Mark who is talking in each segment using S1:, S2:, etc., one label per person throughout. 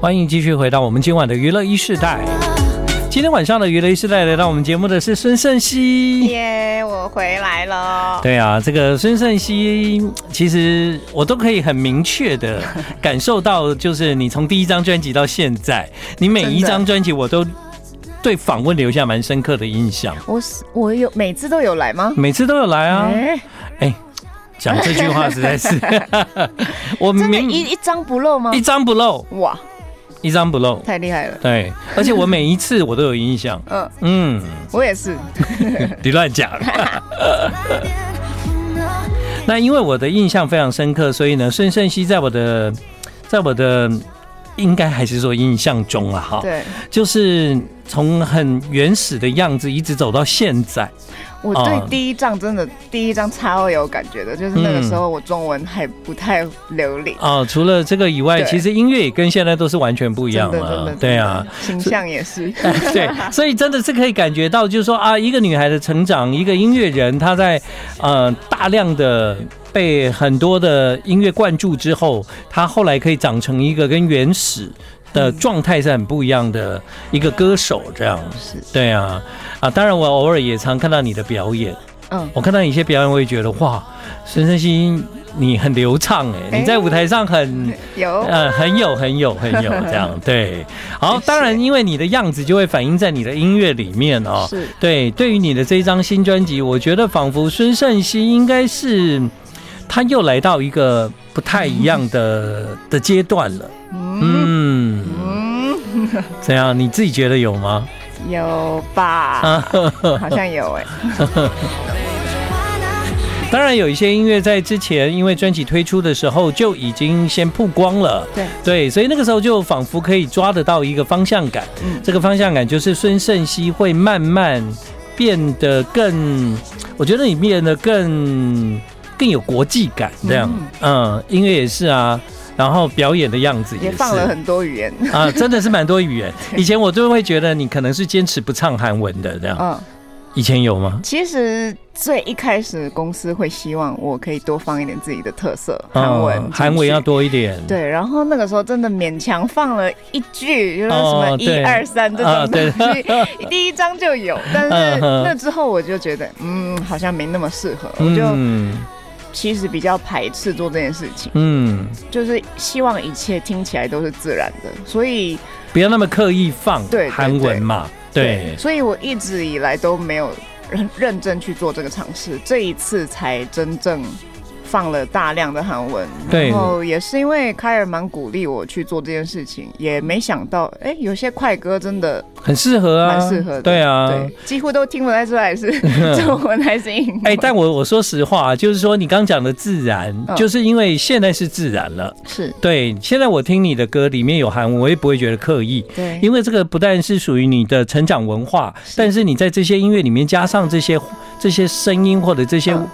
S1: 欢迎继续回到我们今晚的娱乐一世代。今天晚上的娱乐一世代来到我们节目的是孙盛熙。
S2: 耶我回来了。
S1: 对啊，这个孙盛熙，其实我都可以很明确的感受到，就是你从第一张专辑到现在，你每一张专辑我都对访问留下蛮深刻的印象，
S2: 我是我有每次都有来吗？
S1: 每次都有来啊。
S2: 哎，
S1: 讲这句话实在 是，我
S2: 真的，
S1: 明
S2: 一一张不漏吗
S1: 一？张不漏，
S2: 哇，
S1: 一张不漏。
S2: 太厉害了。
S1: 对，而且我每一次我都有印象。
S2: 嗯，
S1: 嗯，
S2: 我也是。
S1: 你乱 讲。那因为我的印象非常深刻，所以呢，孙盛熙在我的，在我的应该还是说印象中啊，哈，
S2: 对，
S1: 就是从很原始的样子一直走到现在。
S2: 我
S1: 哦
S2: 对第一张真的第一张超有感觉的，就是那个时候我中文还不太流利，
S1: 哦，除了这个以外，
S2: 对
S1: 其实音乐也跟现在都是完全不一样
S2: 真的真
S1: 了
S2: 的，。
S1: 对啊。
S2: 真的，形象也是。
S1: 对，所以真的是可以感觉到，就是说啊，一个女孩的成长，一个音乐人，她在呃大量的被很多的音乐灌注之后，她后来可以长成一个跟原始的状态是很不一样的一个歌手，这样。
S2: 是，
S1: 对啊，啊，当然我偶尔也常看到你的表演，
S2: 嗯，
S1: 我看到你一些表演，我也觉得哇，孙胜熙你很流畅哎、
S2: 哎
S1: 你在舞台上很。
S2: 有
S1: 呃，很有，很有，很有，这样 对。好，
S2: 哦谢谢
S1: 当然，因为你的样子就会反映在你的音乐里面哦。
S2: 是
S1: 对，对于你的这一张新专辑，我觉得仿佛孙盛熙应该是他又来到一个不太一样的的阶段了。嗯，
S2: 嗯，
S1: 怎样？你自己觉得有吗？
S2: 有吧？
S1: 啊，呵呵
S2: 好像有哎、
S1: 当然有一些音乐在之前，因为专辑推出的时候就已经先曝光了。
S2: 对
S1: 对，所以那个时候就仿佛可以抓得到一个方向感。
S2: 嗯
S1: 这个方向感就是孙盛熙会慢慢变得更，我觉得你变得更更有国际感这样。嗯音乐也是啊，然后表演的样子也
S2: 也
S1: 是。
S2: 放了很多 语言。
S1: 啊，真的是蛮多 语言。以前我就会觉得你可能是坚持不唱韩文的这样，
S2: 嗯，
S1: 以前有吗？
S2: 其实最一开始公司会希望我可以多放一点自己的特色，韩文
S1: 嗯
S2: 进去，
S1: 韩文要多一点。
S2: 对，然后那个时候真的勉强放了一句，就是什
S1: 哦
S2: 么一
S1: 对
S2: 二三这
S1: 啊
S2: 种
S1: 对
S2: 东西， 第一章 就有。但
S1: 嗯
S2: 是
S1: 哼
S2: 那之后我就觉得，嗯，好像没那么适合，我就
S1: 嗯
S2: 其实比较排斥做这件事情，
S1: 嗯，
S2: 就是希望一切听起来都是自然的。所以，
S1: 不要那么刻意放
S2: 对对
S1: 韩文嘛。对，
S2: 所以我一直以来都没有认认真去做这个尝试，这一次才真正。放了大量的韩文，
S1: 对
S2: 然后也是因为凯尔蛮鼓励我去做这件事情，也没想到，哎，有些快歌真的
S1: 很适合啊，
S2: 蛮适合的
S1: 对啊。
S2: 对，几乎都听不太出 来是中文还是英文。
S1: 哎、但我我说实话，就是说你刚讲的自然，
S2: 嗯
S1: 就是因为现在是自然了。
S2: 是
S1: 对，现在我听你的歌里面有韩文，我也不会觉得刻意，
S2: 对，
S1: 因为这个不但是属于你的成长文化，但是你在这些音乐里面加上这些这些声音或者这些
S2: 嗯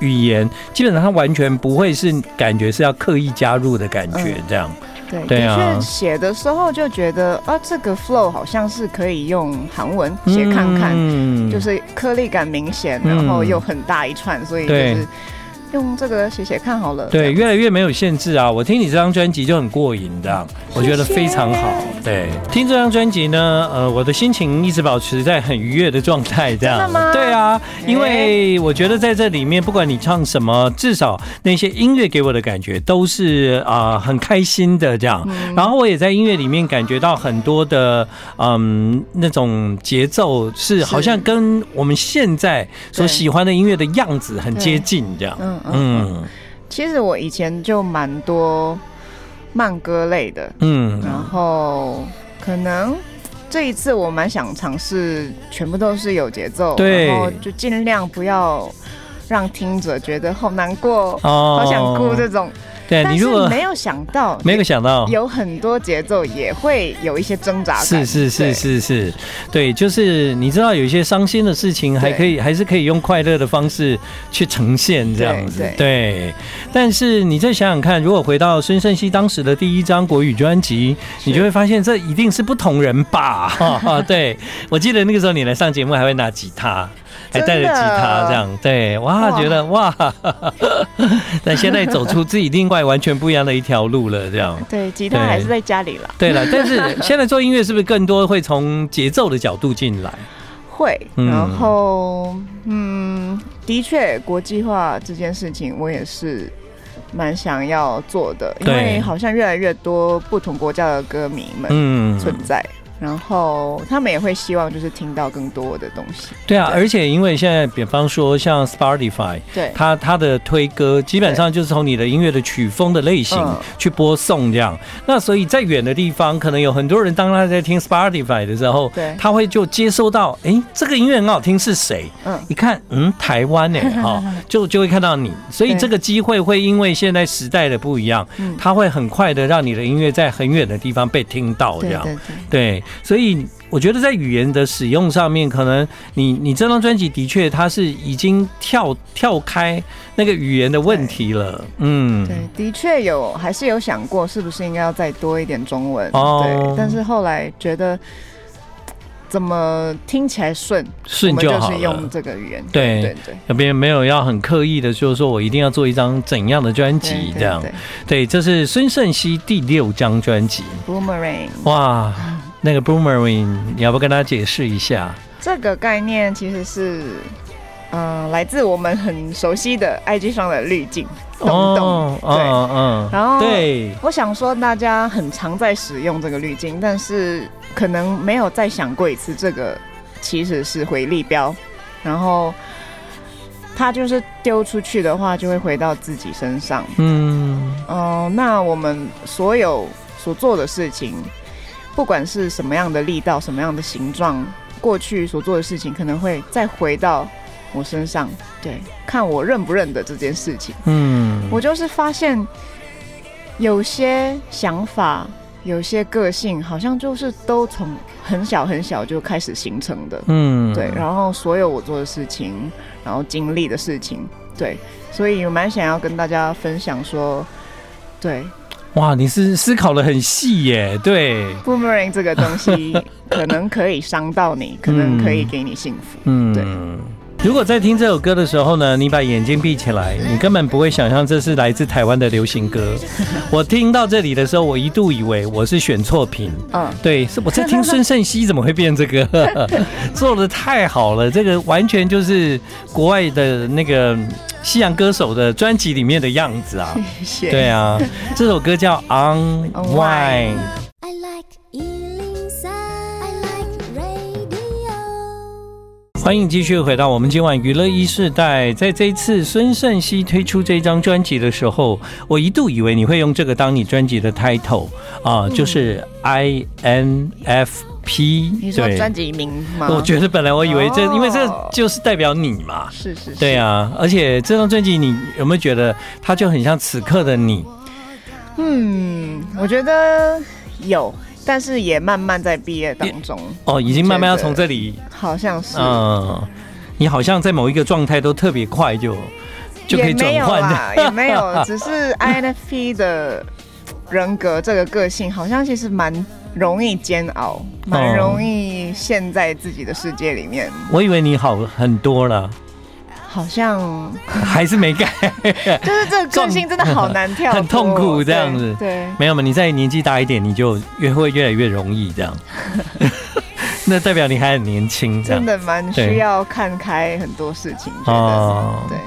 S1: 语语言，基本上它完全不会是感觉是要刻意加入的感觉
S2: 嗯
S1: 这样。
S2: 对，
S1: 对啊
S2: 的确写的时候就觉得啊，这个 flow 好像是可以用韩文写看看，
S1: 嗯
S2: 就是颗粒感明显，
S1: 嗯
S2: 然后又很大一串，所以就
S1: 对
S2: 是用这个写写看好了。
S1: 对，
S2: 这样
S1: 越来越没有限制啊！我听你这张专辑就很过瘾的，我觉得非常好。对，听这张专辑呢，呃，我的心情一直保持在很愉悦的状态，这样。
S2: 真的吗
S1: 对啊，因
S2: 哎
S1: 为我觉得在这里面，不管你唱什么，至少那些音乐给我的感觉都是啊、呃很开心的这样。
S2: 嗯
S1: 然后我也在音乐里面感觉到很多的嗯那种节奏是好像跟我们现在所
S2: 对
S1: 喜欢的音乐的样子很接近这样。
S2: 嗯嗯
S1: 嗯
S2: 其实我以前就蛮多慢歌类的，
S1: 嗯。
S2: 然后可能这一次我蛮想尝试，全部都是有节奏，
S1: 对
S2: 然后就尽量不要让听者觉得好难过、
S1: 哦
S2: 好想哭这种。
S1: 对
S2: 但
S1: 你
S2: 是
S1: 如果
S2: 没有想到，
S1: 没有想到，
S2: 有很多节奏也会有一些挣扎感。
S1: 是是是，
S2: 对
S1: 是是，对，就是你知道有一些伤心的事情，还
S2: 对
S1: 可以还是可以用快乐的方式去呈现这样子
S2: 对，
S1: 对。但是你再想想看，如果回到孙盛熙当时的第一张国语专辑，你就会发现这一定是不同人吧？ 哈哈，对我记得那个时候你来上节目还会拿吉他。还带着
S2: 真的
S1: 吉他这样，对，哇，
S2: 哇
S1: 觉得哇， 哈哈哈但现在走出自己另外完全不一样的一条路了，这样。
S2: 对，吉他
S1: 对
S2: 还是在家里啦，
S1: 对了，但是现在做音乐是不是更多会从节奏的角度进 来？
S2: 会。
S1: 嗯
S2: 然后，嗯，的确，国际化这件事情我也是蛮想要做的，因
S1: 对
S2: 为好像越来越多不同国家的歌迷们
S1: 嗯，
S2: 存在。然后他们也会希望就是听到更多的东西，
S1: 对啊，
S2: 对
S1: 而且因为现在，比方说像 Spotify，
S2: 对，
S1: 它它的推歌基本上就是从你的音乐的曲风的类型
S2: 嗯
S1: 去播送这样。那所以在远的地方，可能有很多人当他在听 Spotify 的时候
S2: 对，
S1: 他会就接收到，诶，这个音乐很好听，是谁？
S2: 嗯，
S1: 一看，嗯，台湾呢， 哈，就就会看到你，所以
S2: 对
S1: 这个机会会因为现在时代的不一样
S2: 嗯，
S1: 它会很快的让你的音乐在很远的地方被听到，这
S2: 对
S1: 样
S2: 对对。
S1: 对，所以我觉得在语言的使用上面，可能你你这张专辑的确它是已经跳跳开那个语言的问题了，嗯，
S2: 对，的确有，还是有想过是不是应该要再多一点中文。
S1: 哦
S2: 对，但是后来觉得怎么听起来顺，
S1: 顺
S2: 我
S1: 就
S2: 们
S1: 好
S2: 就是用
S1: 了。
S2: 这个语言。
S1: 对
S2: 对对，
S1: 那边没有要很刻意的，就是说我一定要做一张怎样的专辑
S2: 对
S1: 这样
S2: 对。
S1: 对，这是孙盛熙第六张专辑。
S2: b o o m e r a n g
S1: 哇，
S2: 嗯
S1: 那个 boomerang，你要不要跟大家解释一下？
S2: 这个概念其实是。嗯、来自我们很熟悉的 IG 上的滤镜，懂懂、对。
S1: 嗯
S2: 然
S1: 哦
S2: 后
S1: 对，
S2: 我想说，大家很常在使用这个滤镜，但是可能没有再想过一次，这个其实是回力标，然后它就是丢出去的话，就会回到自己身上。
S1: 嗯，
S2: 嗯、那我们所有所做的事情，不管是什么样的力道、什么样的形状，过去所做的事情可能会再回到我身上，对，看我认不认得这件事情。
S1: 嗯，
S2: 我就是发现有些想法、有些个性，好像就是都从很小很小就开始形成的。
S1: 嗯，
S2: 对，然后所有我做的事情，然后经历的事情，对，所以我蛮想要跟大家分享说，对
S1: 哇，你是思考的很细耶，对，
S2: boomerang 这个东 西可能可以伤到你，可能可以给你幸福。
S1: 嗯，
S2: 对。
S1: 如果在听这首歌的时候呢，你把眼睛闭起来，你根本不会想象这是来自台湾的流行歌。我听到这里的时候，我一度以为我是选错品，
S2: 嗯，
S1: 对， 是我在听孙盛熙怎么会变这个？ 做的太好了，这个完全就是国外的那个嗯西洋歌手的专辑里面的样子啊。
S2: 谢谢。
S1: 对啊，这首歌叫《On
S2: On
S1: Wine
S2: Wine》。
S3: I like Ealing Sound. I like radio.
S1: 欢迎继续回到我们今晚娱乐一世代。在这一次孙盛熙推出这张专辑的时候，我一度以为你会用这个当你专辑的 title 啊、
S2: 嗯
S1: 就是 I N F P。
S2: 你说
S1: 对
S2: 专辑名吗？
S1: 我觉得本来我以为这，
S2: 哦
S1: 因为这就是代表你嘛。
S2: 是是是。
S1: 对啊，而且这张专辑你有没有觉得它就很像此刻的你？
S2: 嗯，我觉得有，但是也慢慢在毕业当中，
S1: 哦，已经慢慢要
S2: 觉得
S1: 从这里，
S2: 好像是，
S1: 嗯，你好像在某一个状态都特别快就就可以
S2: 也
S1: 转
S2: 没有啊
S1: 换
S2: 啦，也
S1: 的。
S2: 没有，只是 INFP 的人格这个个性，好像其实蛮容易煎熬，
S1: 嗯
S2: 蛮容易陷在自己的世界里面，
S1: 我以为你好很多了，
S2: 好像
S1: 还是没改。
S2: 就是这个个性真的好难跳 脱，
S1: 很痛苦这样子
S2: 对。对
S1: 没有嘛，你再年纪大一点，你就越会越来越容易 这样。那代表你还很年轻，这样
S2: 真。的蛮
S1: 对
S2: 需要看开很多事情，觉
S1: 哦
S2: 得对，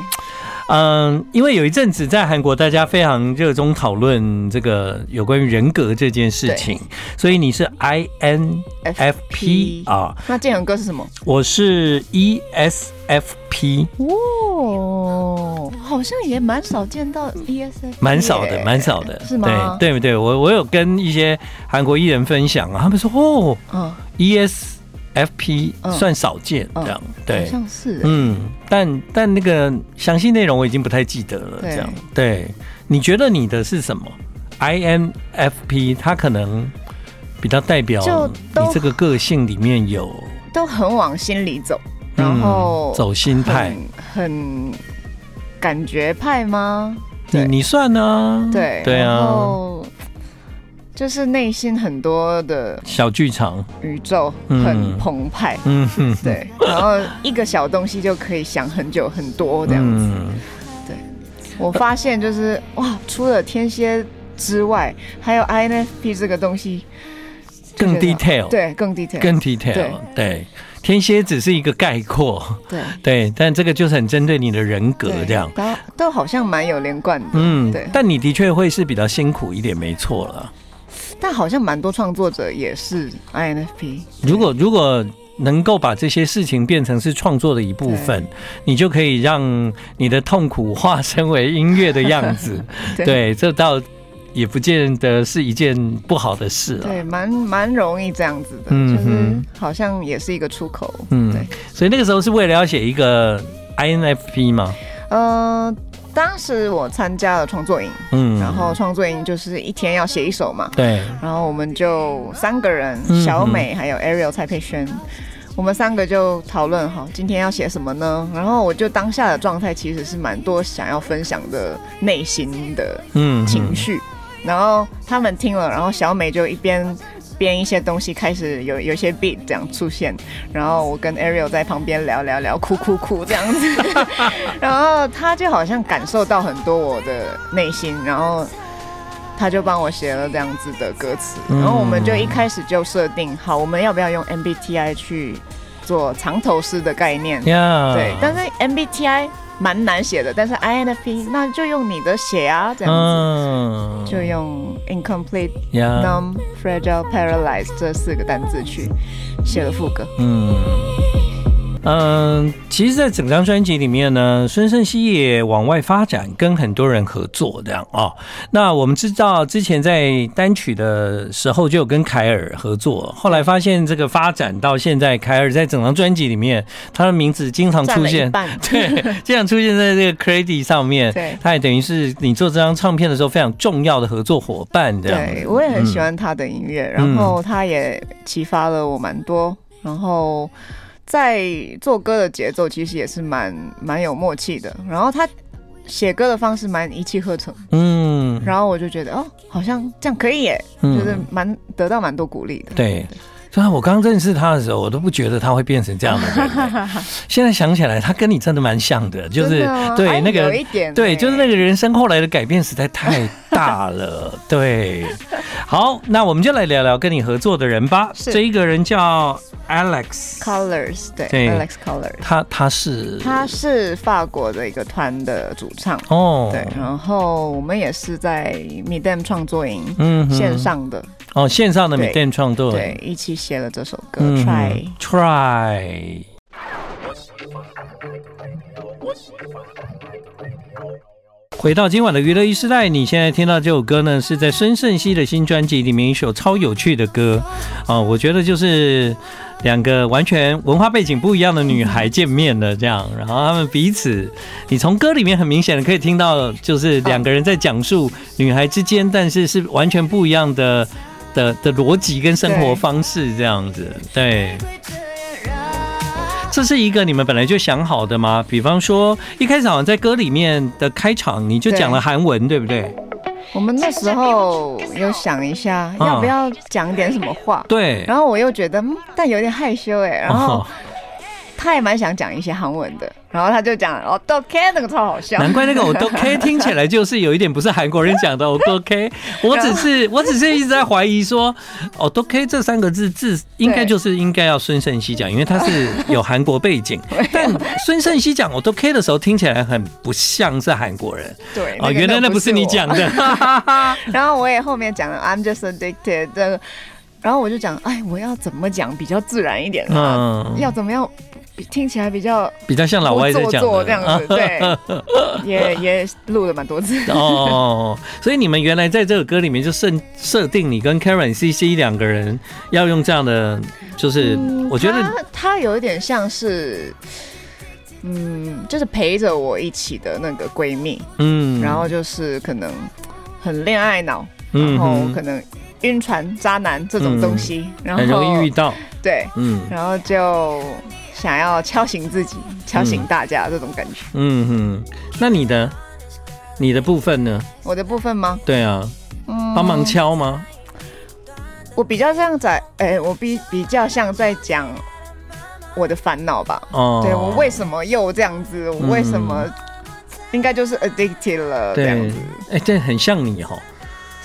S1: 嗯，因为有一阵子在韩国，大家非常热衷讨论这个有关于人格这件事情，所以你是 I N F P
S2: FP
S1: 啊，
S2: 那建恒哥是什么？
S1: 我是 E S F P，
S2: 哦，好像也蛮少见到 E ESF，
S1: 蛮少的，蛮少的，
S2: 是吗
S1: 对对不对？我我有跟一些韩国艺人分享啊，他们说哦
S2: 嗯，
S1: ，E S F P
S2: 嗯
S1: 算少见、
S2: 嗯
S1: 这样，
S2: 好
S1: 对。
S2: 像是。
S1: 嗯嗯，但但那个详细内容我已经不太记得了，
S2: 对
S1: 这样对。你觉得你的是什么？INFP，它可能比较代表
S2: 就
S1: 你
S2: 都
S1: 这个个性里面有，嗯
S2: 都很往心里走，然后、
S1: 走心派，
S2: 很很感觉派吗？
S1: 你
S2: 对
S1: 你算啊，
S2: 对，
S1: 对
S2: 然
S1: 啊，
S2: 后就是内心很多的
S1: 小剧场，
S2: 宇宙
S1: 嗯
S2: 很澎湃，
S1: 嗯哼，
S2: 对，然后一个小东西就可以想很久很多这样子。
S1: 嗯
S2: 我发现就是哇，除了天蝎之外，还有 INFP 这个东西
S1: 更
S2: 就觉得
S1: detail，，
S2: 对，更 detail，
S1: 更 detail，对，天蝎只是一个概括，
S2: 对
S1: 对，但这个就是很针对你的人格
S2: 对
S1: 这样。
S2: 都都好像蛮有连贯的，
S1: 嗯，
S2: 对
S1: 但你的确会是比较辛苦一点，没错了。
S2: 但好像蛮多创作者也是 INFP，
S1: 如果如果能够把这些事情变成是创作的一部分，你就可以让你的痛苦化身为音乐的样子。
S2: 对
S1: 对，这倒也不见得是一件不好的事啊。
S2: 对，蛮蛮容易这样子的，
S1: 嗯
S2: 就是好像也是一个出口，
S1: 嗯
S2: 对，
S1: 所以那个时候是为了要写一个 INFP 嘛，
S2: 呃，当时我参加了创作营，
S1: 嗯，
S2: 然后创作营就是一天要写一首嘛，
S1: 对，
S2: 然后我们就三个人
S1: 嗯哼，
S2: 小美还有 Ariel 蔡佩轩，我们三个就讨论好今天要写什么呢？然后我就当下的状态其实是蛮多想要分享的内心的
S1: 嗯，
S2: 情绪，然后他们听了，然后小美就一边。编一些东西，开始有有一些 beat 这样出现，然后我跟 Ariel 在旁边聊聊聊，哭哭哭这样子，然后他就好像感受到很多我的内心，然后他就帮我写了这样子的歌词，
S1: 嗯
S2: 然后我们就一开始就设定好，我们要不要用 MBTI 去做藏头诗的概念，
S1: 呀，
S2: 对，但是 MBTI 蛮难写的，但是 INFP 那就用你的写啊，这样子、
S1: 嗯
S2: 就用 incomplete、
S1: 呀，
S2: numb、fragile、paralyzed 这四个单字去写了副歌。
S1: 嗯。嗯，其实，在整张专辑里面呢，孙盛熙也往外发展，跟很多人合作这样啊、哦。那我们知道，之前在单曲的时候就有跟凯尔合作，后来发现这个发展到现在，凯尔在整张专辑里面，他的名字经常
S2: 占
S1: 出
S2: 了一
S1: 现，
S2: 半，
S1: 对，经常出现在这个 credit 上面。
S2: 对
S1: 他也等于是你做这张唱片的时候非常重要的合作伙伴这样嗯子。
S2: 对，我也很喜欢他的音乐，然后他也启发了我蛮多，然后。在做歌的节奏其实也是蛮蛮有默契的，然后他写歌的方式蛮一气呵成，
S1: 嗯，
S2: 然后我就觉得哦，好像这样可以耶，
S1: 嗯
S2: 就是蛮得到蛮多鼓励的。
S1: 对，虽然我刚认识他的时候，我都不觉得他会变成这样的 人。现在想起来，他跟你真的蛮像的，就
S2: 真
S1: 是
S2: 的吗
S1: 对
S2: 哎
S1: 那个
S2: 有一点，哎
S1: 对，就是那
S2: 个。
S1: 个人生后来的改变实在太大 了。对，好，那我们就来聊聊跟你合作的人吧。
S2: 是
S1: 这一个人叫 Alex，
S2: Colors 对
S1: 对
S2: Alex Colors，
S1: 他他是
S2: 他是法国的一个团的主唱，
S1: 哦，
S2: 对，然后我们也是在 Midam 创作营
S1: 嗯哼
S2: 线上的，
S1: 哦线上的米
S2: 对
S1: 店创作
S2: 对，一起写了这首歌
S1: 嗯
S2: Try。
S1: try。回到今晚的娱乐一时代，你现在听到这首歌呢，是在孙盛熙的新专辑里面一首超有趣的歌啊、我觉得就是两个完全文化背景不一样的女孩见面了，这样，然后她们彼此，你从歌里面很明显的可以听到，就是两个人在讲述女孩之间，但是是完全不一样的的的逻辑跟生活
S2: 对
S1: 方式这样子，对。
S3: Try
S1: 这是一个你们本来就想好的吗？比方说一开始好像在歌里面的开场你就讲了韩文，对不对？
S2: 我们那时候有想一下，要不要讲点什么话，
S1: 啊对。
S2: 然后我又觉得，嗯，但有点害羞哎，然后
S1: 哦，
S2: 他也蛮想讲一些韩文的，然后他就讲哦，OK，那个超好笑，
S1: 难怪那个我都 K 听起来就是有一点不是韩国人讲的我都 K，我只是我只是一直在怀疑说，哦都 K 这三个字字应该就是应该要孙盛熙讲，因为他是有韩国背 景，但孙盛熙讲我都 K 的时候听起来很不像是韩国人
S2: 对，
S1: 哦，
S2: 个
S1: 原来那不是你
S2: 我
S1: 讲的，
S2: 然后我也后面讲了 I'm just addicted 这个，然后我就讲，哎，我要怎么讲比较自然一点 啊？
S1: 嗯，
S2: 要怎么样比听起来比较
S1: 比较像老外
S2: 不
S1: 在
S2: 做
S1: 讲
S2: 作
S1: 的
S2: 这样子？对，也也录了蛮多次。
S1: 哦，所以你们原来在这个歌里面就设设定你跟 Karen、CC 两个人要用这样的，就是、
S2: 嗯
S1: 我觉得
S2: 他他有一点像是嗯，就是陪着我一起的那个闺蜜，
S1: 嗯
S2: 然后就是可能很恋爱脑，
S1: 嗯
S2: 然后
S1: 哼嗯
S2: 可能晕船、渣男这种东西，然后
S1: 很容易遇到，
S2: 对，
S1: 嗯
S2: 然后就想要敲醒自己、敲醒大家这种感觉。
S1: 嗯哼，那你的你的部分呢？
S2: 我的部分吗？
S1: 对啊，
S2: 嗯，
S1: 帮忙敲吗？
S2: 我比较像在，哎、我比比较像在讲我的烦恼吧。
S1: 哦，嗯
S2: 对我为什么又这样子？我为什么、应该就是 addicted 了这样
S1: 对
S2: 子，
S1: 哎，这很像你哦。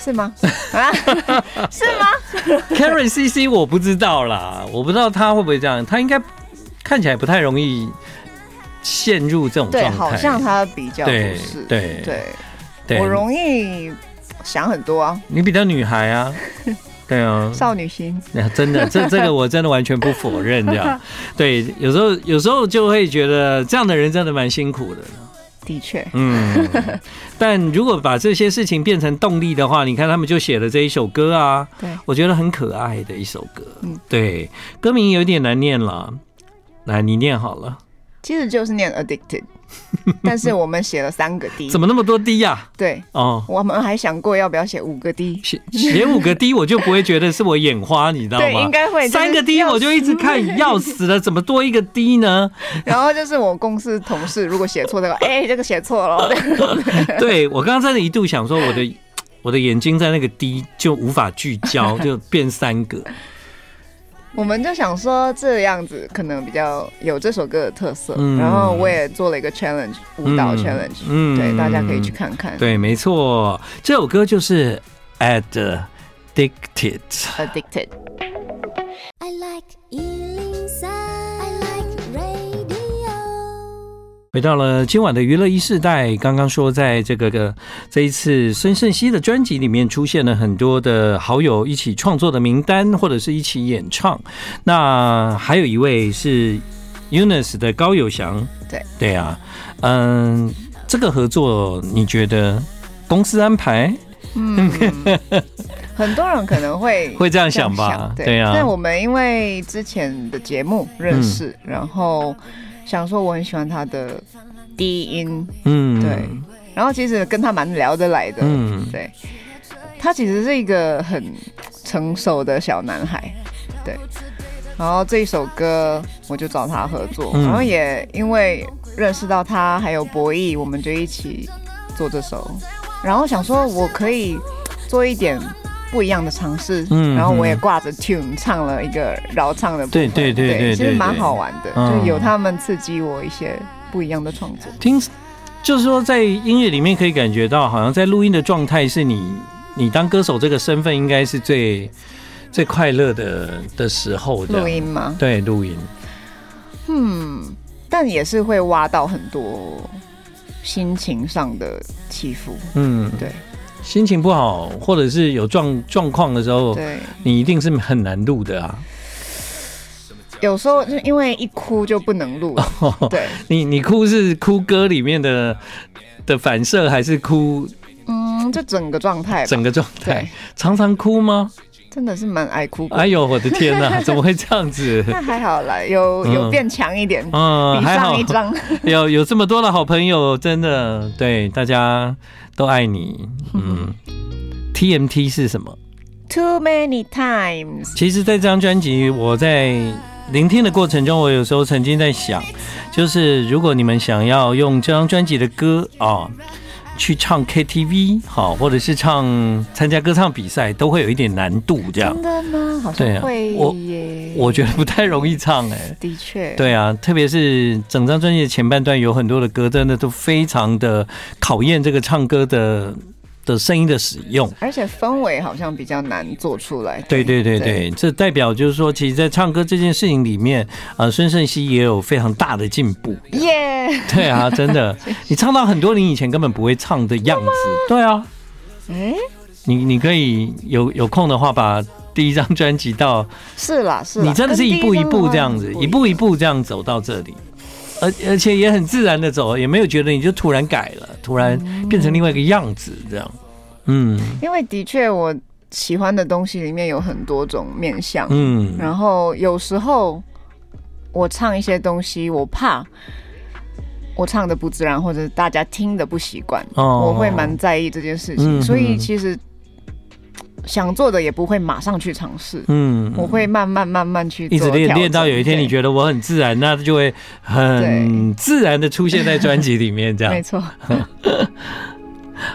S2: 是吗？啊，是吗？
S1: Karen C C 我不知道啦，我不知道他会不会这样，他应该看起来不太容易陷入这种状
S2: 对，
S1: 态。
S2: 好像他比较不
S1: 对
S2: 是，
S1: 对
S2: 对，
S1: 对
S2: 我容易想很多啊，
S1: 你比较女孩 啊，对啊，
S2: 少女心。
S1: 那真的，这 这个我真的完全不否认，这样，对，有时候有时候就会觉得这样的人真的蛮辛苦的，
S2: 的确，
S1: 嗯，但如果把这些事情变成动力的话，你看他们就写了这一首歌啊，
S2: 对
S1: 我觉得很可爱的一首歌，
S2: 嗯
S1: 对，歌名有点难念了，来你念好了，
S2: 其实就是念 addicted，但是我们写了三个 D，
S1: 怎么那么多 D 呀、
S2: 对，
S1: 哦，
S2: 我们还想过要不要写五个 D，
S1: 写写五个 D，我就不会觉得是我眼花，你知道
S2: 对，
S1: 吗
S2: 应？该会
S1: 三个 D
S2: 要
S1: 我就一直 看，要死了，怎么多一个 D 呢？
S2: 然后就是我公司同事如果写错的话，哎、这个 写错 了，
S1: 对我刚刚真的一度想说，我的我的眼睛在那个 D 就无法聚焦，就变三个。
S2: 我们就想说这样子可能比较有这首歌的特色，
S1: 嗯
S2: 然后我也做了一个 challenge 舞蹈
S1: 嗯
S2: challenge，、
S1: 嗯
S2: 对，大家可以去看看。
S1: 对，没错，这首歌就是 Addicted。
S2: ，addicted。
S3: I like Ealing Sound. I like radio.
S1: 回到了今晚的娱乐一世代，刚刚说在这个个这一次孙盛熙的专辑里面出现了很多的好友一起创作的名单，或者是一起演唱。那还有一位是 UNUS 的高友翔，
S2: 对
S1: 对啊，嗯，这个合作你觉得公司安排
S2: 嗯，很多人可能会
S1: 会这样
S2: 这样
S1: 想吧？
S2: 对
S1: 对啊
S2: 但，我们因为之前的节目认识，
S1: 嗯
S2: 然后想说我很喜欢他的低音，
S1: 嗯
S2: 对，然后其实跟他蛮聊得来的，
S1: 嗯
S2: 对，他其实是一个很成熟的小男孩，对。然后这一首歌我就找他合作，
S1: 嗯
S2: 然后也因为认识到他还有博弈，我们就一起做这首。然后想说我可以做一点不一样的尝试，
S1: 嗯
S2: 然后我也挂着 tune 唱了一个饶唱的部分，
S1: 对对对对
S2: 其实
S1: 对
S2: 蛮
S1: 对
S2: 好玩的，
S1: 嗯
S2: 就有他们刺激我一些不一样的创作。
S1: 听，就是说在音乐里面可以感觉到，好像在录音的状态是你，你当歌手这个身份应该是最最快乐的的时候这样
S2: 录音吗？
S1: 对，录音，
S2: 嗯，但也是会挖到很多心情上的起伏。
S1: 嗯，
S2: 对
S1: 心情不好或者是有状状况的时候，
S2: 对，
S1: 你一定是很难录的啊。
S2: 有时候就因为一哭就不能录
S1: 哦
S2: 了。对，
S1: 你你哭是哭歌里面的的反射，还是哭
S2: 嗯，就整个状态吧，
S1: 整个状态
S2: 对？
S1: 常常哭吗？
S2: 真的是蛮爱哭鬼。
S1: 哎呦，我的天哪、怎么会这样 子？
S2: 那还好啦，有有
S1: 嗯
S2: 变强一点，
S1: 嗯，
S2: 比
S1: 还好
S2: 上 一。张。
S1: 有有这么多的好朋友，真的对大家都爱你。嗯，TMT 是什么？
S2: Too many times，
S1: 其实，在这张专辑，我在聆听的过程中，我有时候曾经在想，就是如果你们想要用这张专辑的歌啊、去唱 KTV 好，或者是唱参加歌唱比赛，都会有一点难度。这样
S2: 真，的吗？好
S1: 啊对
S2: 像
S1: 啊
S2: 会
S1: 我
S2: 耶。
S1: 我觉得不太容易唱哎、
S2: 的确，
S1: 对啊，特别是整张专辑的前半段，有很多的歌真的都非常的考验这个唱歌的的声音的使用。
S2: 而且氛围好像比较难做出来。
S1: 对对对对，这代表就是说，其实，在唱歌这件事情里面，呃，孙盛熙也有非常大的进 步。
S2: 对，耶
S1: 对啊，真 的，你唱到很多你以前根本不会唱的样子。对啊，
S2: 哎，
S1: 你你可以有有空的话，把第一张专辑到
S2: 是啦是啦，啊
S1: 你真的是一步一步这样子
S2: 跟，第
S1: 一
S2: 张的话
S1: 步一步这样走到这里，而而且也很自然的走，也没有觉得你就突然改了，突然变成另外一个样子这样。嗯
S2: 因为的确我喜欢的东西里面有很多种面向，
S1: 嗯
S2: 然后有时候我唱一些东西，我怕我唱的不自然，或者是大家听的不习惯，
S1: 哦
S2: 我会蛮在意这件事
S1: 嗯
S2: 情。所以
S1: 嗯
S2: 其实想做的也不会马上去尝试，
S1: 嗯
S2: 我会慢慢慢慢去
S1: 一直
S2: 做
S1: 练
S2: 调
S1: 练到
S2: 整
S1: 有一天
S2: 对
S1: 你觉得我很自然，那就会很
S2: 对
S1: 自然的出现在专辑里面，这样
S2: 没错，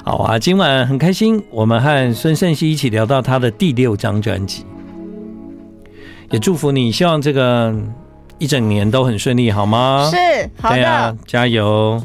S1: 好啊。今晚很开心，我们和孙盛熙一起聊到他的第六张专辑，也祝福你，希望这个一整年都很顺利，好吗？
S2: 是好
S1: 啊对
S2: 的。
S1: 啊，加油！